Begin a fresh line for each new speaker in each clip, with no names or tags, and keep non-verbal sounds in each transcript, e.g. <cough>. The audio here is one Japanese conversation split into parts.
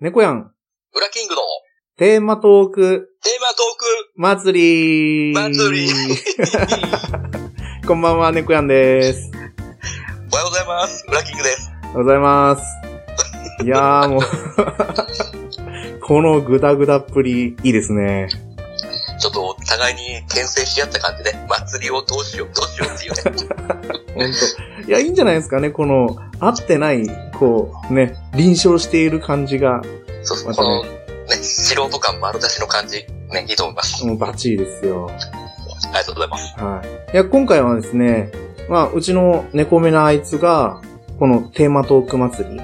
猫やん、
裏キングの
テーマトーク
テーマト
祭り
祭り
<laughs> こんばんは、猫やんです。
ーク、おはようございます。裏キングです。
おはようございます。いやーもう、 <laughs> このグダグダっぷり、いいですね。
ちょっとお互いに牽制し合った感じで、祭りをどうしよう、どうしようっていう <laughs> ね。
ほんと。いや、いいんじゃないですかね、この、合ってない、こう、ね、臨床している感じが、
そうそう、
ま
こ
たね
の、ね、素人感丸出しの感じ、ね、いいと思います。
もうバッチリですよ。
ありがとうございます。
はい。いや、今回はですね、まあ、うちの猫目のあいつが、このテーマトーク祭り、
い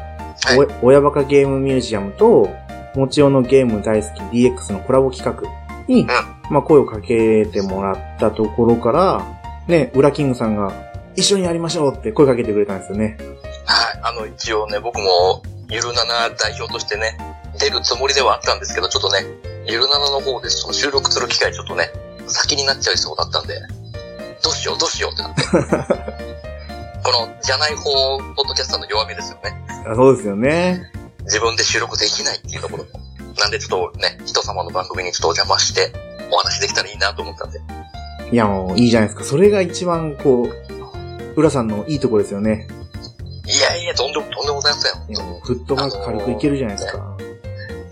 お親バカゲームミュージアムと、もちおのゲーム大好き DX のコラボ企画に、まあ、声をかけてもらったところから、ね、ウラキングさんが、一緒にやりましょうって声かけてくれたんですよね。
はい。あの、一応ね、僕も、ゆるなな代表としてね、出るつもりではあったんですけど、ちょっとね、ゆるななの方でその収録する機会ちょっとね、先になっちゃいそうだったんで、どうしよう、どうしようってな <laughs> って。この、じゃない方、ポッドキャスターの弱みですよね。
あそうですよね。
自分で収録できないっていうところ。なんでちょっとね、人様の番組にちょっとお邪魔して、お話できたらいいなと思ったんで。
いや、もういいじゃないですか。それが一番、こう、ウラさんのいいところですよね。
いやいや、とんでも、とんでもございません。
いや、もうフットワーク軽くいけるじゃないですか。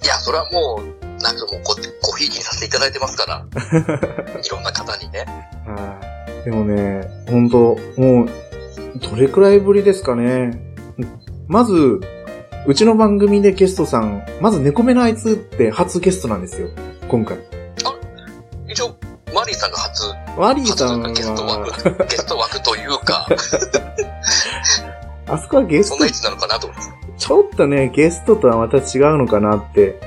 いや、それはもう、なんかもうこ、ごひいきにさせていただいてますから。いろんな方にね。
はい。でもね、本当もう、どれくらいぶりですかね。まず、うちの番組でゲストさん、まず猫目のあいつって初ゲストなんですよ。今回。
一応、マリーさんが初、
ワリー
初と
さ
い
ん
うかゲスト
は、
枠、 <laughs> ゲスト枠というか、
あそこはゲス
そんな
ト
位、置なのかなと思います。
ちょっとね、ゲストとはまた違うのかなって、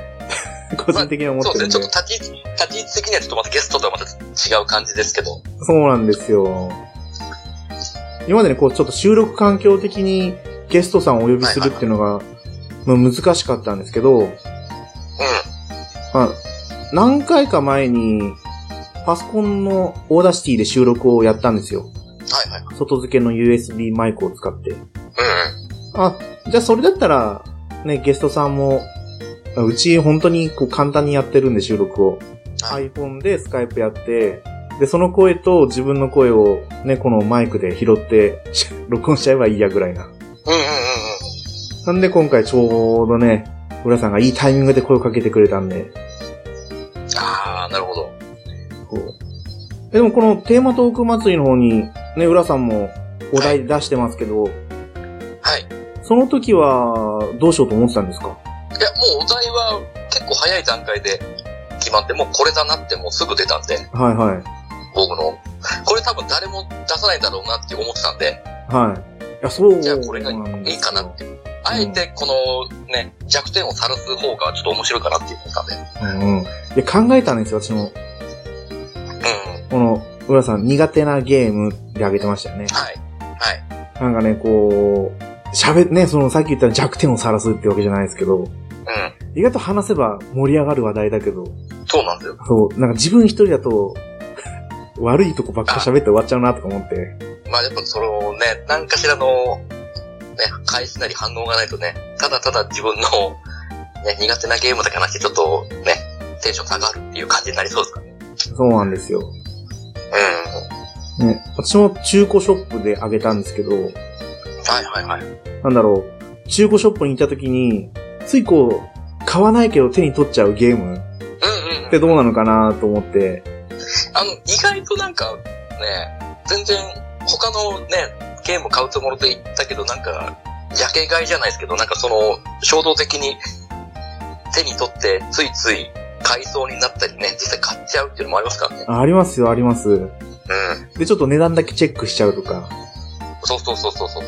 個人的には思
そ
っ
う
て
で
る
す
ん
ね、
で。
ちょっと立ち位置、立ち位置的にはちょっとまたゲストとはまた違う感じですけど。
そうなんですよ。今までね、こう、ちょっと収録環境的にゲストさんをお呼びするっていうのが、まあ難しかったんですけど、
う
まあ、何回か前に、パソコンのオーダーシティで収録をやったんですよ。
ん。はいはい。
外付けの USB マイクを使って。
うん
あ、じゃあそれだったら、ね、ゲストさんも、うち本当にこう簡単にやってるんで収録を。
は
iPhone でスカイプやって、で、その声と自分の声をね、このマイクで拾って、 <laughs> 録音しちゃえばいいやぐらいな。
うん。うんうんうんうん。
なんで今回ちょうどね、浦さんがいいタイミングで声をかけてくれたんで、
ああ、なるほど。
そう。えでもこのテーマトーク祭りの方に、ね、浦さんもお題出してますけど、
はい。
その時はどうしようと思ってたんですか
いや、もうお題は結構早い段階で決まって、もうこれだなってもうすぐ出たんで、
はいはい。
僕の。これ多分誰も出さないんだろうなって思ってたんで、
はい。いや、そうなんです
じゃ
よ。
あこれがいいかなって。あえてこのね、弱点を晒す方がちょっと面白いかなって思ったんで。
うんうん。いや、考えたんですよ、私も。
うん。
この、浦さん苦手なゲームであげてましたよね。
はい。はい。
なんかね、こう、喋、ね、そのさっき言った弱点を晒すってわけじゃないですけど、
う
意外と話せば盛り上がる話題だけど、
ん。そうなんですよ。
そう、なんか自分一人だと、悪いとこばっか喋って終わっちゃうなとか思って。
まあやっぱそれをね、何かしらの、ね、返しなり反応がないとね、ただただ自分の、ね、苦手なゲームだけ話してちょっとね、テンション下がるっていう感じになりそうですからね。
そうなんですよ。
うん。
ね、私も中古ショップであげたんですけど、
はいはいはい。
なんだろう、中古ショップに行った時に、ついこう、買わないけど手に取っちゃうゲーム
うん
ってどうなのかなと思って、
あの、意外となんかね、全然他のね、ゲーム買うつもりで行ったけど、なんか、やけ買いじゃないですけど、なんかその、衝動的に手に取って、ついつい買いそうになったりね、実際買っちゃうっていうのもありますからね。
あありますよ、あります。
うん。
で、ちょっと値段だけチェックしちゃうとか、
そうそうそうそうそう。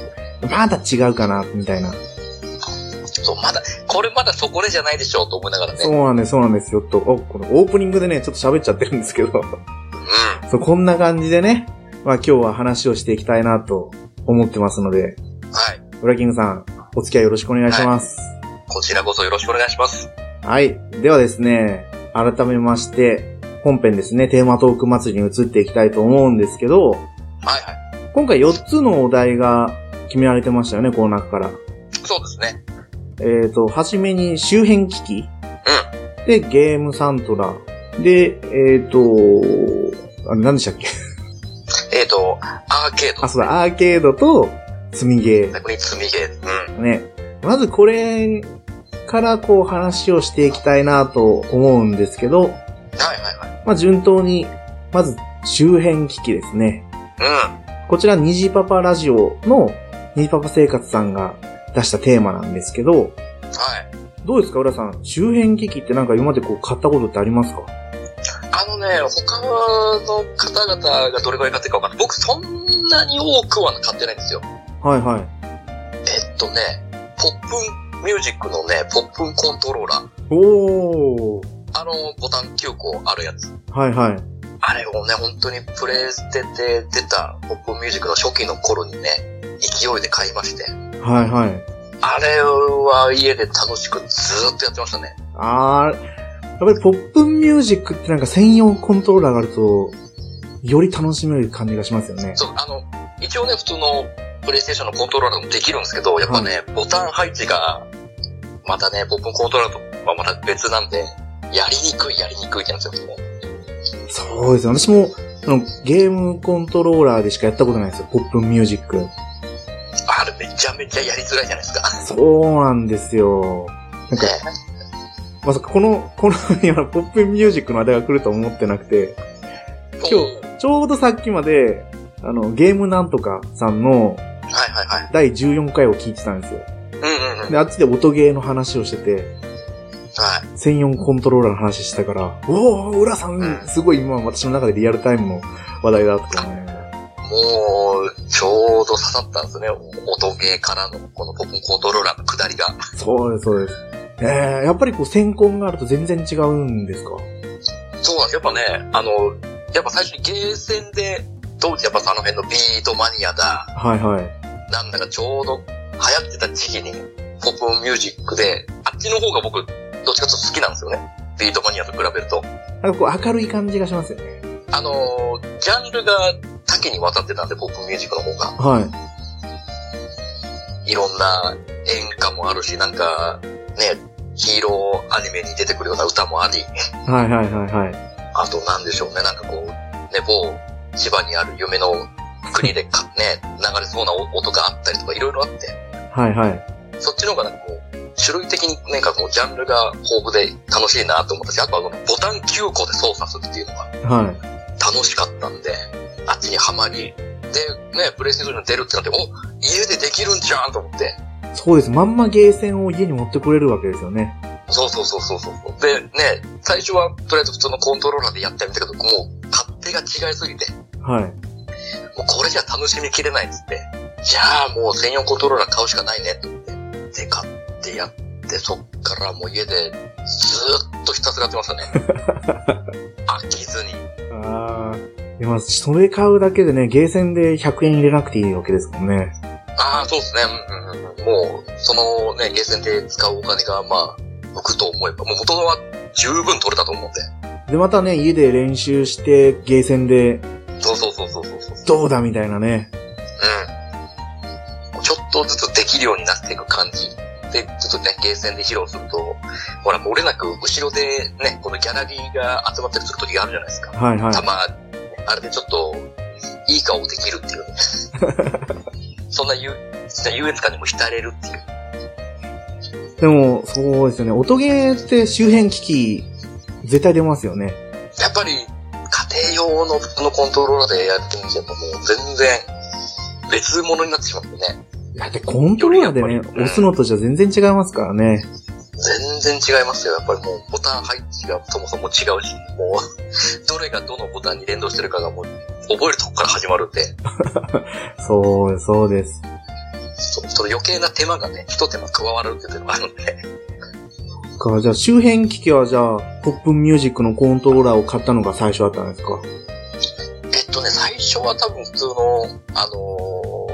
まだ違うかな、みたいな。
そう、まだ、これまだそこでじゃないでしょうと思いながらね。
そうなんです、そうなんですよ。と、おこのオープニングでね、ちょっと喋っちゃってるんですけど、 <laughs>
う
そう、こんな感じでね、まあ今日は話をしていきたいなと思ってますので、
ん。はい。
ウラキングさん、お付き合いよろしくお願いします。
こちらこそよろしくお願いします。
はい。ではですね、改めまして、本編ですね、テーマトーク祭りに移っていきたいと思うんですけど、
はいはい。
今回4つのお題が決められてましたよね、この中から。
そうですね。
えっ、と、はじめに周辺機器。で、ゲームサントラ。で、えっ、と、あれ何でしたっけ <laughs>
えっ、と、アーケード
あ、。そうだ、アーケードと積みゲー。
これ積みゲー。うん。
ね。まずこれからこう話をしていきたいなと思うんですけど、
はいはいはい。
まあ順当に、まず周辺機器ですね。
うん。
こちら、ニジパパラジオの、ニジパパ生活さんが出したテーマなんですけど、
はい。
どうですか、浦さん周辺機器ってなんか今までこう買ったことってありますか
あのね、他の方々がどれくらい買ってるか分かんない。僕そんなに多くは買ってないんですよ。
はいはい。
えっとね、ポップンミュージックのね、ポップンコントローラー。
おー。
あの、ボタン9個あるやつ。
はいはい。
あれをね、本当にプレイステで出たポップンミュージックの初期の頃にね、勢いで買いまして。
はいはい。
あれは家で楽しくずーっとやってましたね。
あー、やっぱりポップンミュージックってなんか専用コントローラーがあると、より楽しめる感じがしますよね。
そう、あの、一応ね、普通のプレイステーションのコントローラーでもできるんですけど、やっぱね、ボタン配置が、またね、ポップンコントローラーとはまた別なんで、やりにくい、やりにくいってなっちゃうんですよね。
そうですね。私も、あの、ゲームコントローラーでしかやったことないんですよ。ポップンミュージック。
あれめちゃめちゃやりづらいじゃないですか。
そうなんですよ。
<laughs>
なんか、
ね
まさかこの、この、今、ポップミュージックのあれが来ると思ってなくて、今日
うん
ちょうどさっきまで、あの、ゲームなんとかさんの
はいはいはい。
第14回を聞いてたんですよ。
うんうんうん。はい。
で、あっちで音ゲーの話をしてて、専用コントローラーの話してたから、おー、浦さん、すごい今私の中でリアルタイムの話題だとかね。
もう、ちょうど刺さったんですね。音ゲーからの、このポップンコントローラーの下りが。
そうです、そうです。えー、やっぱりこう、先行があると全然違うんですか
そうなんです。やっぱね、あの、やっぱ最初にゲーセンで、当時やっぱあの辺のビートマニアだ、
はいはい。
なんだかちょうど流行ってた時期に、ポップミュージックで、あっちの方が僕、どっちかというと好きなんですよね。ビートマニアと比べると。
なんかこう、明るい感じがしますよね。
あのー、ジャンルが多岐にわたってたんで、ポップミュージックの方が。
はい。
いろんな演歌もあるし、なんか、ね、ヒーローアニメに出てくるような歌もあり、
はいはいはいはい。
あとなんでしょうね、なんかこう、ね、某千葉にある夢の国でか、 <laughs> ね、流れそうな音があったりとかいろいろあって、
はいはい。
そっちの方がなんかこう、種類的になんかこう、ジャンルが豊富で楽しいなと思ったし、あとはこのボタン9個で操作するっていうのが
はい。
楽しかったんで、あっちにはまり、で、ね、プレイステーションに出るってなって、お家でできるんじゃんと思って、
そうです。まんまゲーセンを家に持ってこれるわけですよね。
そうそうそうそうそう。で、ね、最初はとりあえず普通のコントローラーでやってみたけど、もう勝手が違いすぎて、
はい。
もうこれじゃ楽しみきれないっつって、じゃあもう専用コントローラー買うしかないねと思って、で、買ってやって、そっからもう家でずーっとひたすらやってましたね。飽きずに。
あー。でも、それ買うだけでね、ゲーセンで100円入れなくていいわけですもんね。
ああ、そうですね。うんうんうん、もう、そのね、ゲーセンで使うお金が、まあ、浮くと思えば、もう元は十分取れたと思うんで。
で、またね、家で練習して、ゲーセンで、
そうそうそうそうそうそう。
どうだみたいなね。
うん。ちょっとずつできるようになっていく感じ。で、ちょっとね、ゲーセンで披露すると、ほら、漏れなく後ろでね、このギャラリーが集まったりする時があるじゃないですか。
はいはい
た。ま、あれでちょっと、いい顔できるっていうね。そんな優優越感にも浸れるっていう。
でも、そうですよね。音ゲーって周辺機器、絶対出ますよね。
やっぱり、家庭用の普通のコントローラーでやってみても、もう全然、別物になってしまってね。
だってコントローラーでね
よりやっ、ぱり
押すのとじゃ全然違いますからね。
全然違いますよ。やっぱりもうボタン配置がそもそも違うし、もう、 <laughs> どれがどのボタンに連動してるかがもう、覚えるとこから始まるんで、
そう、そうです。
そその余計な手間がね、一手間加わるっていうのがあるんで、
か、じゃあ周辺機器はじゃあ、ポップンミュージックのコントローラーを買ったのが最初だったんですか
えっとね、最初は多分普通の、あの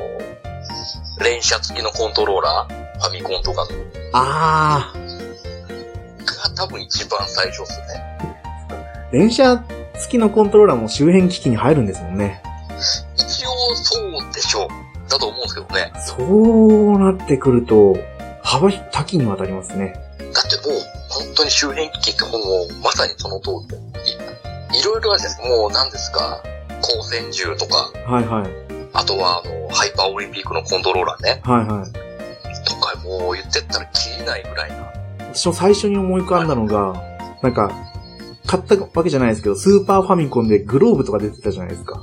ー、連射付きのコントローラー、ファミコンとかの
あー。
が多分一番最初ですね。
連射付きのコントローラーも周辺機器に入るんですもんね。
一応そうでしょう。だと思うんですけどね。
そうなってくると、幅多岐にわたりますね。
だってもう、本当に周辺機器ってもう、まさにその通りで。いいろいろあるじゃないですか。もう何ですか、光線銃とか、
はいはい。
あとはあの、ハイパーオリンピックのコントローラーね。
はいはい。
とか、もう言ってったら切りないぐらいな。
私も最初に思い浮かんだのが、なんか、買ったわけじゃないですけど、スーパーファミコンでグローブとか出てたじゃないですか。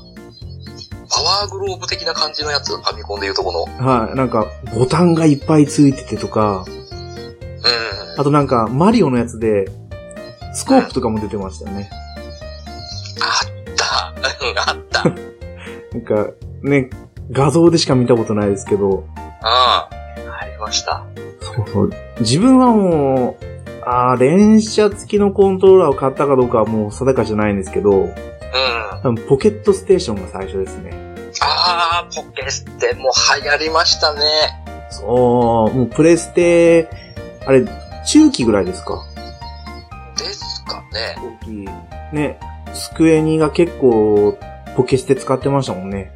パワーグローブ的な感じのやつ、ファミコンでいうとこの。
はい。なんか、ボタンがいっぱいついててとか、
うん。
あとなんか、マリオのやつで、スコープとかも出てましたよね。
あった。うんあった。
なんか、ね、画像でしか見たことないですけど、
ああ。ありました。
そうそう。自分はもう、あー連射付きのコントローラーを買ったかどうかはもう定かじゃないんですけど、
うん。
多分ポケットステーションが最初ですね。
あー、ポケステも流行りましたね。
そう、もうプレステ、あれ、中期ぐらいですか
ですかね。
中期。ね、スクエニが結構、ポケステ使ってましたもんね。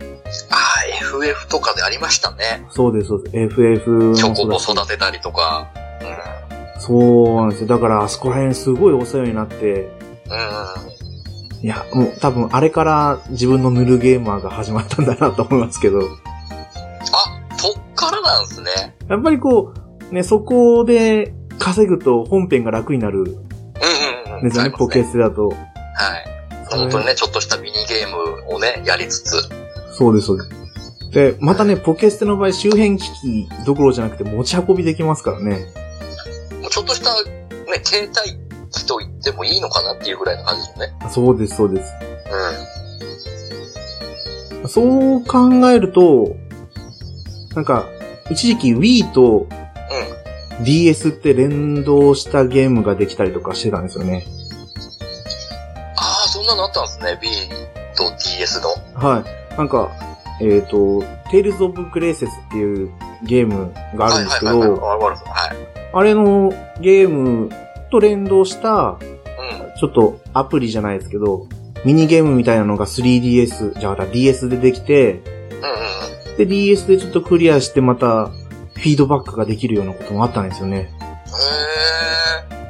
あー、FF とかでありましたね。
そうです、そうです。FF も
チ
そ
ョコ
う
ボ
だし
育てたりとか。うん。うん。
そうなんですよ。だから、あそこら辺すごいお世話になって、いや、もう多分あれから自分のヌルゲーマーが始まったんだなと思いますけど、
あ、そっからなんですね。
やっぱりこう、ね、そこで稼ぐと本編が楽になるん
うんうんうん。
ですよね、ポケ
ね。
ステだと。
はい。本当にね、ちょっとしたミニゲームをね、やりつつ。
そうです、そうです。で、またね、ポケステの場合、周辺機器どころじゃなくて持ち運びできますからね。
もうちょっとした、ね、携帯機と言ってもいいのかなっていうぐらいの感じですよね。
そうです、そうです。
うん。
そう考えると、なんか、一時期 Wii と DS って連動したゲームができたりとかしてたんですよね。
あー、そんなのあったんですね。B と DS の。
はい。なんか、えっ、と、Tales of Graces っていうゲームがあるんですけ
はいはいはい
ど、
はい。わかるはい。
あれのゲームと連動した、
うん。
ちょっとアプリじゃないですけど、ミニゲームみたいなのが 3DS、じゃあ DS でできて、
うんうんうん。
で DS でちょっとクリアしてまたフィードバックができるようなこともあったんですよね。
へ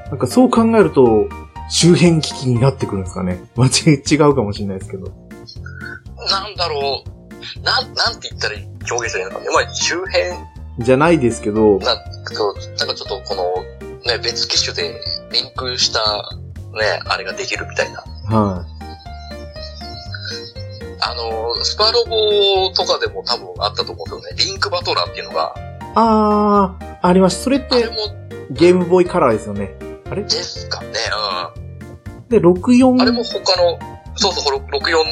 え。
なんかそう考えると、周辺機器になってくるんですかね。まあ、ち違うかもしれないですけど。
なんだろう。なん、なんて言ったら表現したらいいのかね。まあ、周辺、
じゃないですけど、
なんか、なんかちょっとこの、ね、別機種でリンクした、ね、あれができるみたいな。
は
あの、スパロボとかでも多分あったと思うんですよね。リンクバトラーっていうのが。
い。あー、ありました。それっ
あれ
て
も
ゲームボーイカラーですよね。あれ
ですかね。
で、
うん。あれ
64、
も他の、そうそう、64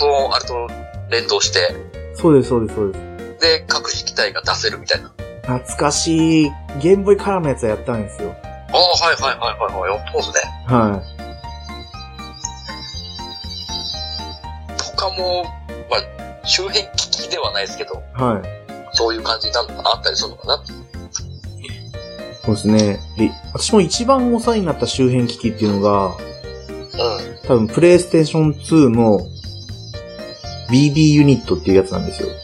のあれと連動して、
そうです、そうです、そうです。
で、各機体が出せるみたいな。
懐かしい、ゲームボーイカラーのやつはやったんですよ。
ああ、はいはいはいはいはい。やってますね。
は
とかも、まあ、周辺機器ではないですけど、
い。はい。
そういう感じになるのかな、あったりするのかな。
そうですね。で、私も一番お世話になった周辺機器っていうのが、
うん。
多分プレイステーション2の BB ユニットっていうやつなんですよ。
は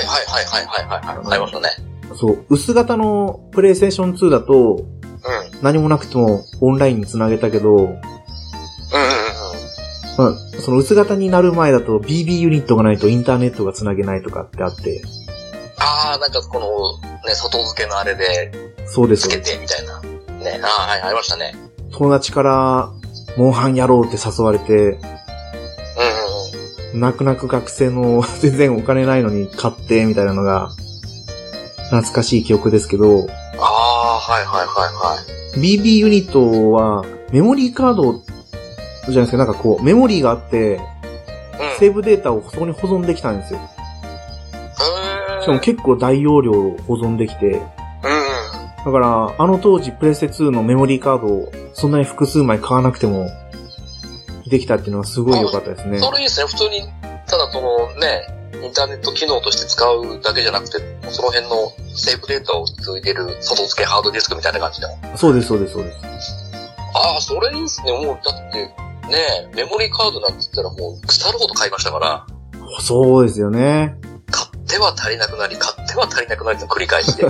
いはいはいはいはいはい、はい。ありましたね。
そう、薄型のプレイステーション2だと、
うん。うんうん
何もなくてもオンラインに繋げたけど、
うんうん。
まあ、その薄型になる前だと BB ユニットがないとインターネットが繋げないとかってあって、
ああ、なんかこの、ね、外付けのあれで、
そうです
つけ
よ。
て、みたいな。ね、ああ、はい、ありましたね。
友達から、モンハンやろうって誘われて、
うんうんうん。
泣く泣く学生の <laughs> 全然お金ないのに買って、みたいなのが、懐かしい記憶ですけど、
ああ、はいはいはいはい。
BB ユニットはメモリーカードじゃないですか、なんかこう、メモリーがあって、
うん。へ
セーブデータをそこに保存できたんですよ。
ー
しかも結構大容量を保存できて、
うんう
だ
ん。
から、あの当時プレステ2のメモリーカードをそんなに複数枚買わなくても、できたっていうのはすごい良かったですね。
それいいですね。普通に、ただそのね、インターネット機能として使うだけじゃなくて、その辺のセーブデータを入れる外付けハードディスクみたいな感じで。
そうです、そうです、そうです。
ああ、それいいですね。もう、だって、ね、メモリーカードなんて言ったらもう、腐るほど買いましたから、
そうですよね。
買っては足りなくなり、買っては足りなくなりの繰り返しで。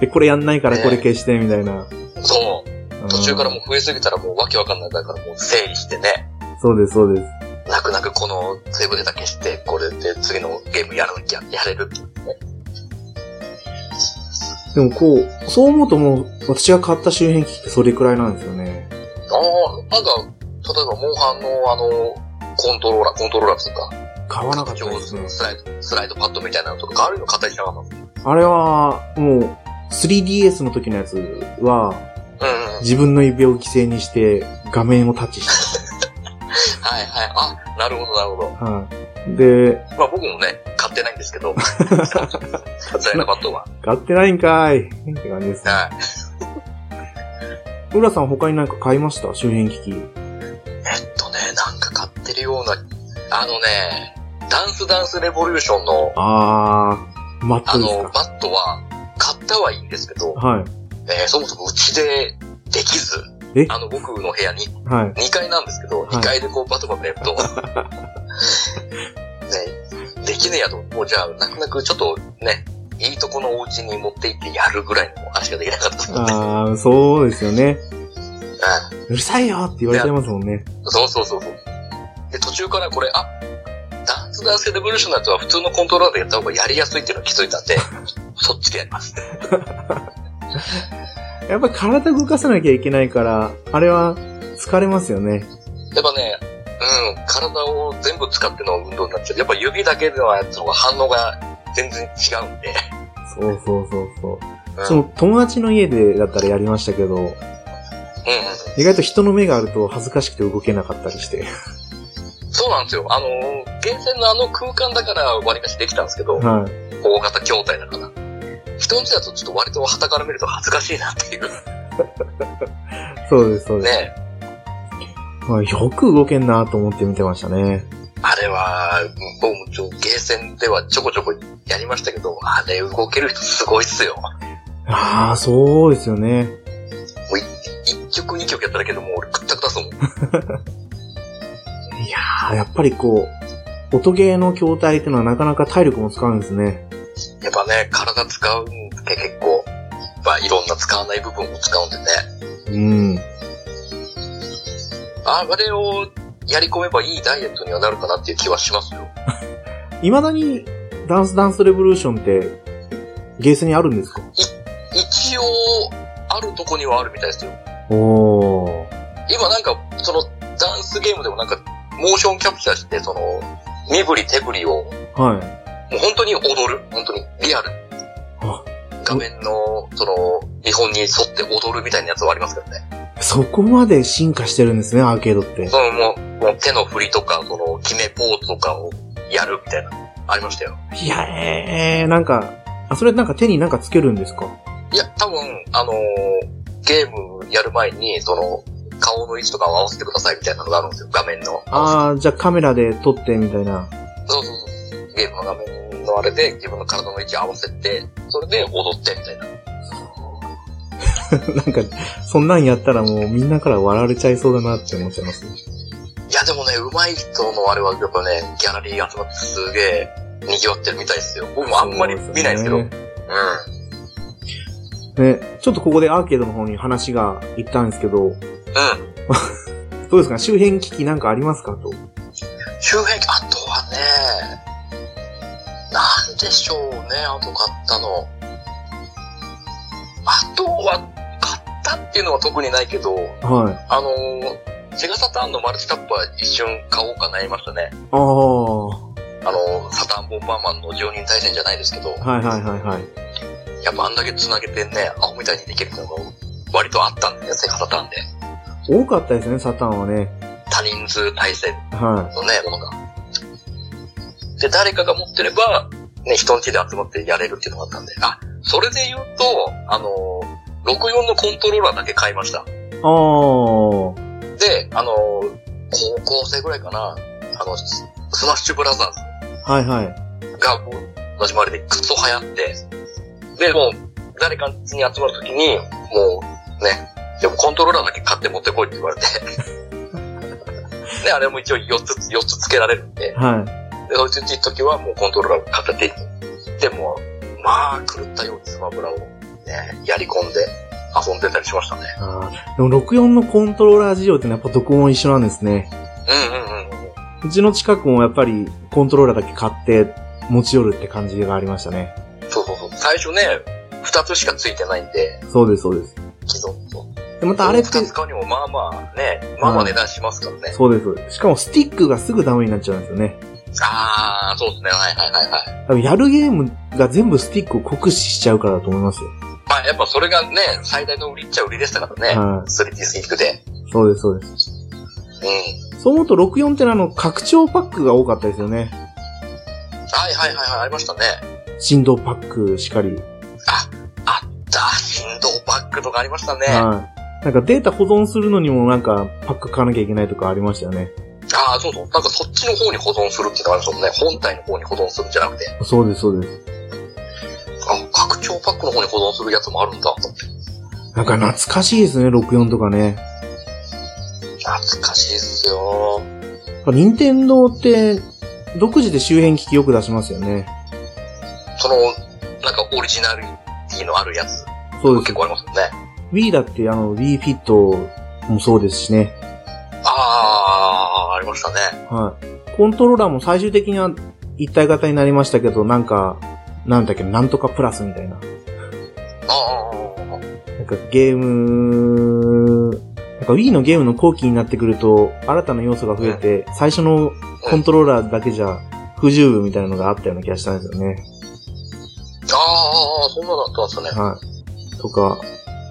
で、これやんないからこれ消して、みたいな。
そう。
うん
途中からもう増えすぎたらもうわけわかんないだからもう整理してね、
そうです、そうです。
泣く泣くこのセーブデータ消して、これで次のゲームやらなきゃ、やれる。
でもこう、そう思うともう、私が買った周辺機器ってそれくらいなんですよね。
ああ、なんか、例えばモンハンのあの、コントローラー、コントローラーとか、
買わなかったですね。
スライド、スライドパッドみたいなのとか、あるの形じゃなかった
あれは、もう、3DS の時のやつは、
うんうん。はい
自分の指を犠牲にして、画面をタッチして
はい。あ、なるほどなるほど。
た。はい。で、
まあ僕もね、買ってないんですけど、スライドパッドは。
買ってないんかいって感じですね。
<laughs> はい。
浦さん他になんか買いました周辺機器。
えっとね、なんか買ってるような、あのね、ダンスダンスレボリューションの、
あー、マッ
あ
トです
の、
か。
バットは、買ったはいいんですけど、
はい。
えーそもそもうちでできず
え、
あの、僕の部屋に
はい。
2階なんですけど、
い
2階でこうバトバトやる
<laughs>
と、ね、できねえやと、もうじゃあ、泣く泣くちょっとね、いいとこのお家に持って行ってやるぐらいの話ができなかったので、うん
あー、そうですよね。うるさいよって言われちゃいますもんね。
そうそうそうそう。で、途中からこれ、あ、ダンスダンスレボリューションのやつは普通のコントローラーでやった方がやりやすいっていうのを気づいた
<laughs>
んで、そっちでやります。
やっぱ体動かさなきゃいけないから、あれは疲れますよね。
やっぱね、うん、体を全部使っての運動になっちゃう。やっぱ指だけではやつの方が反応が全然違うんで。
そうそうそうそう。
うん、
その友達の家でだったらやりましたけど、
うん
意外と人の目があると恥ずかしくて動けなかったりして。
うん。そうなんですよ。あの、厳選のあの空間だから割かしできたんですけど、
はい。
大型筐体だから。人んちだとちょっと割と旗から見ると恥ずかしいなっていう。
そうです、そうです。
ね。
まあ、よく動けんなと思って見てましたね。
あれは、僕もちょ、ゲーセンではちょこちょこやりましたけど、あれ動ける人すごいっすよ。
ああ、そうですよね。
もうい一曲二曲やっただけでもう俺くったくたそうもん。
あーやっぱりこう、音ゲーの筐体ってのはなかなか体力も使うんですね。
やっぱね、体使うんで結構、まあいろんな使わない部分を使うんでね。
うん。
ああれをやり込めばいいダイエットにはなるかなっていう気はしますよ。
未だに、ダンスダンスレボリューションって、ゲーセンにあるんですか
一応、あるとこにはあるみたいですよ。
おー。
今なんか、その、ダンスゲームでもなんか、モーションキャプチャーして、その、身振り手振りを
はい。
もう本当に踊る。本当に。リアル
あ。
画面の、その、見本に沿って踊るみたいなやつはありますけどね。
そこまで進化してるんですね、アーケードって。
そのもう、もう手の振りとか、その、決めポーズとかをやるみたいな、ありましたよ。
いや、えー、なんか、あ、それなんか手になんかつけるんですか
いや、多分、あのーゲームやる前に、その、顔の位置とかを合わせてくださいみたいなのがあるんですよ。画面の。
あー、じゃあカメラで撮ってみたいな。 <laughs>
そうそうそう。ゲームの画面のあれで、自分の体の位置合わせて、それで踊ってみたいな。
なんか、そんなんやったらもうみんなから笑われちゃいそうだなって思っちゃいます。
いや、でもね、上手い人のあれは、やっぱね、ギャラリー集まってすげえ、賑わってるみたいですよ。僕もあんまり見ないですけど。う
ね
ん。
ね、ちょっとここでアーケードの方に話が行ったんですけど、
うん。
どうですか周辺機器なんかありますかと。
周辺、あとはね、なんでしょうね、あと買ったの。あとは、買ったっていうのは特にないけど、
はい。
あのー、セガサターンのマルチカップは一瞬買おうか悩みましたね。
ああ、は
あのー、サターンボンバーマンの常人対戦じゃないですけど、
いはいはいはい。
やっぱあんだけ繋げてね、青みたいにできるのが割とあったんだよ、セガサターンで。
多かったですね、サタンはね。
多人数対戦
は
のね、ものが。で、誰かが持ってれば、ね、人ん家で集まってやれるっていうのがあったんで。あ、それで言うと、あのー、64のコントローラーだけ買いました。
い。ああ、
で、あのー、高校生ぐらいかな、あの、ススマッシュブラザ
はいはい。
ーズが、もう、私周りでクソ流行って、で、もう、誰かん家に集まるときに、もう、ね、でもコントローラーだけ買って持ってこいって言われて。で、あれも一応4つ、4つ付けられるんで、
はい。
で、そういう時はもうコントローラーを片手に。でも、まあ、狂ったようにスマブラをね、やり込んで遊んでたりしましたね。
あーでも64のコントローラー事情ってのはやっぱどこも一緒なんですね。
うんうんうんうん。
うちの近くもやっぱりコントローラーだけ買って持ち寄るって感じがありましたね。
そうそうそう。最初ね、二つしかついてないんで、
そうです、そうです。
既存と。
で、またあれって、
二つ買うにもまあまあね、まあまあ値段しますからね。
そうですそうです。しかもスティックがすぐダメになっちゃうんですよね。
あー、そうですね。はいはいはいはい。
多分やるゲームが全部スティックを酷使しちゃうからだと思いますよ。
まあやっぱそれがね、最大の売りっちゃ売りでしたからね。
は
3D スイークで。
い。そうです、そうです。
うん。はい
そう思うと64ってのはあの、拡張パックが多かったですよね。
はいはいはい、ありましたね。
振動パックしかり。
ザ・振動バッグとかありましたね。
はい。なんかデータ保存するのにもなんかパック買わなきゃいけないとかありましたよね。
ああ、そうそう。なんかそっちの方に保存するっていうのがあるんですもんね。本体の方に保存するんじゃなくて。
そうです、そうです。
あ、拡張パックの方に保存するやつもあるんだと思って。
なんか懐かしいですね、64とかね。
懐かしいっすよ。
やっぱ任天堂って、独自で周辺機器よく出しますよね。
その、なんかオリジナリティのあるやつ。
そうです
結。構ありますもんね。
Wii だって、あの、Wii Fit もそうですしね。
ああ、ありましたね。
はい。コントローラーも最終的には一体型になりましたけど、なんか、なんだっけ、なんとかプラスみたいな。
ああ、うんうんうん
なんかゲーム、なんか Wii のゲームの後期になってくると、新たな要素が増えて、最初のコントローラーだけじゃ不十分みたいなのがあったような気がしたんですよね。
ああ、そんなのあったんですね。
はい。とか、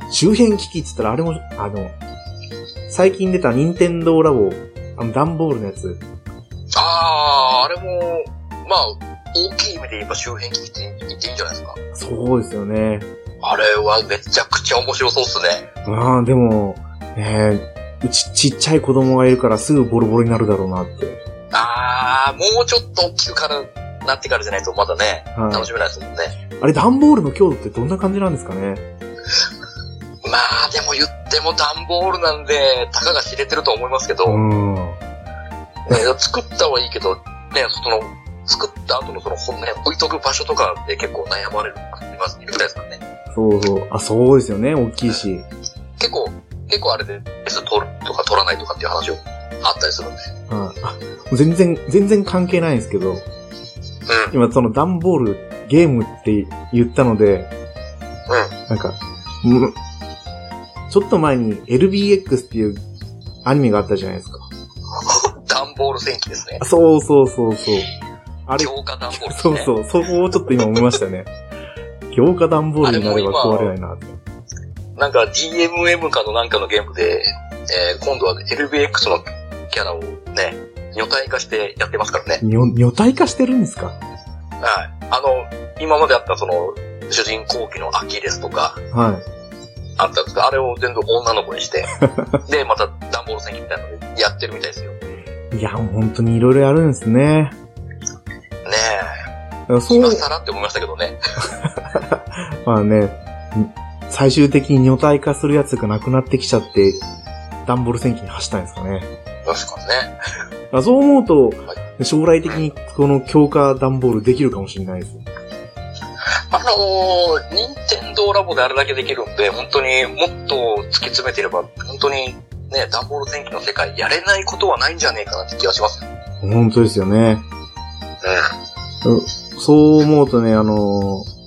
周辺機器って言ったらあれも、あの、最近出た任天堂ラボ、あの、段ボールのやつ。
ああ、あれも、まあ、大きい意味で言えば周辺機器って言っていいんじゃないですか。
そうですよね。
あれはめちゃくちゃ面白そうっすね。
まあ、でも、えー、うちちっちゃい子供がいるからすぐボロボロになるだろうなって。
ああ、もうちょっと大きくからなってからじゃないとまだね、楽
はい。
しめないですもんね。
あれ、段ボールの強度ってどんな感じなんですかね
まあ、でも言っても段ボールなんで、たかが知れてると思いますけど、
うん。
ね、作ったはいいけど、ね、その、作った後のその、ほんね、置いとく場所とかで結構悩まれる、います、いるぐらいですからね。
そうそう。あ、そうですよね。大きいし。
結構、結構あれで、S 取るとか取らないとかっていう話をあったりするんで。
はいあ、全然、全然関係ないんですけど。
うん。
今その段ボールゲームって言ったので、なんか、うんちょっと前に LBX っていうアニメがあったじゃないですか。
段ボール戦記ですね。
そうそうそうそう。あれ、
強化段ボールです
そう
ね。
そう、そこをちょっと今思いましたね。 <laughs> 強化段ボールになれば壊れないなって。
なんか DMM かのなんかのゲームで、えー、今度は LBX のキャラをね、女体化してやってますからね。
女女体化してるんですか
はい。あの、今まであったその、主人公機のアキレスとか、
はい。
あったんですけど、あれを全部女の子
<laughs>
にして、で、また段ボール戦記みたいなのでやってるみたいですよ。ね
いや、本当にいろいろやるんですね。だから
え、
そう
今、更って思いましたけどね。
まあね、ん最終的に女体化するやつがなくなってきちゃって、段ボール戦記に走ったんですかね。
確かにね。
あそう思うと
は、
将来的にこの強化段ボールできるかもしれないです。
あのー、任天堂ラボであれだけできるんで、本当にもっと突き詰めてれば、本当にね、段ボール戦記の世界やれないことはないんじゃねえかなって気がしますよ。
本当ですよね。
う
そう思うとね、あのー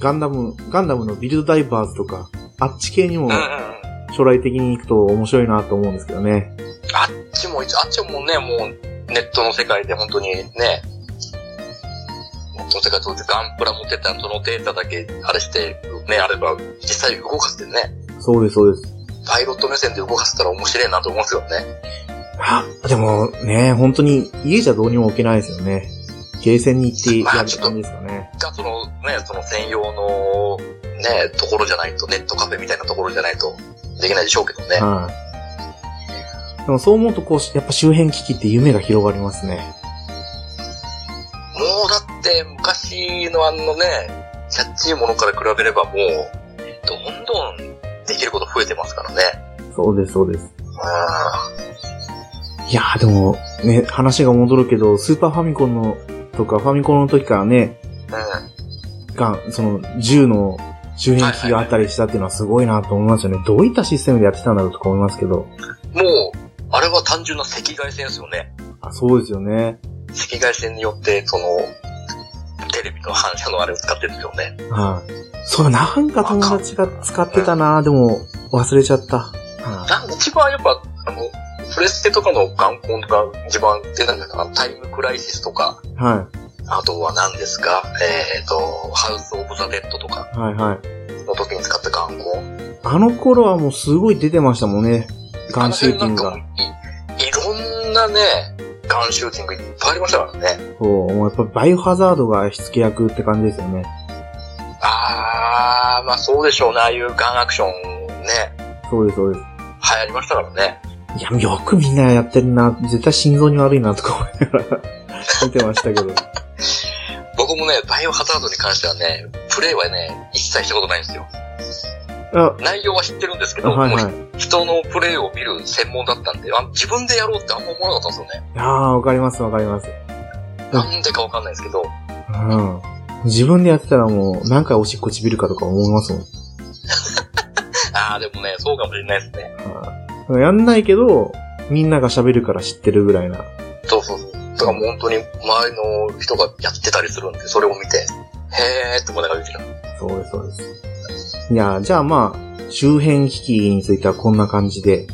ガンダム、ガンダムのビルドダイバーズとか、あっち系にも
ん。うんうんうん。
将来的に行くと面白いなと思うんですけどね。
あっちも、あっちもね、もうネットの世界で本当にね、ネットの世界とガンプラ持ってったそのデータだけあれして、ね、あれば実際動かせてね、
そうです、そうです。
パイロット目線で動かせたら面白いなと思うんですよね。
あ、でもね、本当に家じゃどうにも置けないですよね。ゲーセンに行ってやる感じですかね。
が、そのね、その専用のね、ところじゃないと、ネットカフェみたいなところじゃないとできないでしょうけどね。
はい。でもそう思うと、こう、やっぱ周辺機器って夢が広がりますね。
もうだって昔のあのね、キャッチーものから比べればもう、どんどんできること増えてますからね。
そうです、そうです。
うん
いやーでも、ね、話が戻るけど、スーパーファミコンの、とかファミコンの時からね、
うん
が、その、銃の周辺機器があったりしたっていうのはすごいなと思いますよね。どういったシステムでやってたんだろうとか思いますけど。
もう、あれは単純な赤外線ですよね。
あそうですよね。
赤外線によって、その、テレビの反射のあれを使ってるんですよね。
はい。そう、なんか友達が使ってたなでも、忘れちゃった。はい
なん一番やっぱ、あの、プレステとかの眼光が一番出たんじゃないかな。タイムクライシスとか、
はい。
あとは何ですか、えっ、と、ハウス・オブ・ザ・デッドとか
はいはい。
の時に使った眼光。
あの頃はもうすごい出てましたもんね。ガンシューティング
あの
が。
辺なんかもうい。いろんなね、ガンシューティングいっぱいありましたからね。
そう、もうやっぱバイオハザードが火付け役って感じですよね。
あー、まあそうでしょうね。ああいうガンアクションね、
そうです、そうです。
流行りましたからね。
いや、よくみんなやってるな。絶対心臓に悪いなとか思いながら <laughs> 見てましたけど。
僕もね、バイオハザードに関してはね、プレイはね、一切したことないんですよ。
あ、
内容は知ってるんですけ
あ
ど、
はいはい。
もう人のプレイを見る専門だったんで、あ自分でやろうってあんま思わなかったんですよね。
ああ、わかります、わかります。うん
なんでかわかんないですけど、
うん。自分でやってたらもう何回おしっこちびるかとか思いますもん。
ああ、でもね、そうかもしれないですね。
うんやんないけど、みんなが喋るから知ってるぐらいな。
そうそうそう。とかもう本当に周りの人がやってたりするんで、それを見て、へーって思いながら見てた。
そうです、そうです。いや、じゃあまあ、周辺機器についてはこんな感じで。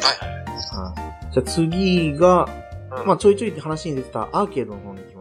はいは
は
い。
いじゃあ次が、
うん
まあちょいちょい話に出てたアーケードの方に行き